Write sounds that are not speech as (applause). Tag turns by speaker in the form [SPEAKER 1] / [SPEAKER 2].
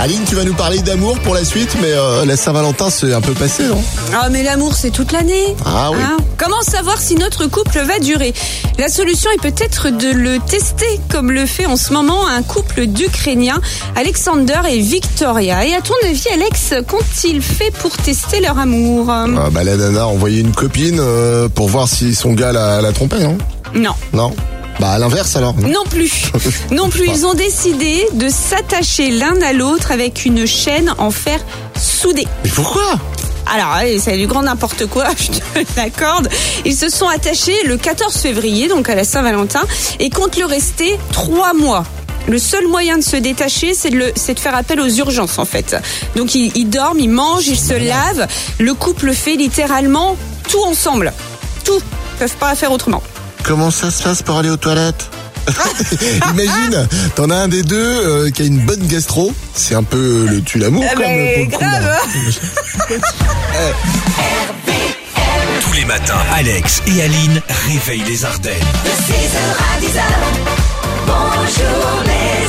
[SPEAKER 1] Aline, tu vas nous parler d'amour pour la suite, mais euh, la Saint-Valentin, c'est un peu passé, non
[SPEAKER 2] Ah, mais l'amour, c'est toute l'année.
[SPEAKER 1] Ah oui.
[SPEAKER 2] Hein Comment savoir si notre couple va durer La solution est peut-être de le tester, comme le fait en ce moment un couple d'Ukrainiens, Alexander et Victoria. Et à ton avis, Alex, qu'ont-ils fait pour tester leur amour
[SPEAKER 1] Euh, Bah, la nana a envoyé une copine euh, pour voir si son gars la, la trompait, non
[SPEAKER 2] Non.
[SPEAKER 1] Non Bah, à l'inverse alors non
[SPEAKER 2] Non plus. Non plus. Ils ont décidé de s'attacher l'un à l'autre avec une chaîne en fer soudée.
[SPEAKER 1] (laughs) Mais pourquoi
[SPEAKER 2] Alors, ouais, c'est du grand n'importe quoi, (laughs) je te l'accorde. Ils se sont attachés le 14 février, donc à la Saint-Valentin, et comptent le rester trois mois. Le seul moyen de se détacher, c'est de, le- c'est de faire appel aux urgences, en fait. Donc, ils, ils dorment, ils mangent, ils se lavent. Le couple fait littéralement tout ensemble. Tout. Ils peuvent pas faire autrement.
[SPEAKER 1] Comment ça se passe pour aller aux toilettes (laughs) Imagine, t'en as un des deux euh, qui a une bonne gastro, c'est un peu le tue l'amour
[SPEAKER 2] Ah
[SPEAKER 1] comme
[SPEAKER 2] ben,
[SPEAKER 1] pour le coup,
[SPEAKER 2] grave,
[SPEAKER 1] bah.
[SPEAKER 2] hein.
[SPEAKER 3] Tous les matins, Alex et Aline réveillent les Ardennes.
[SPEAKER 4] De 6h à 10h, bonjour les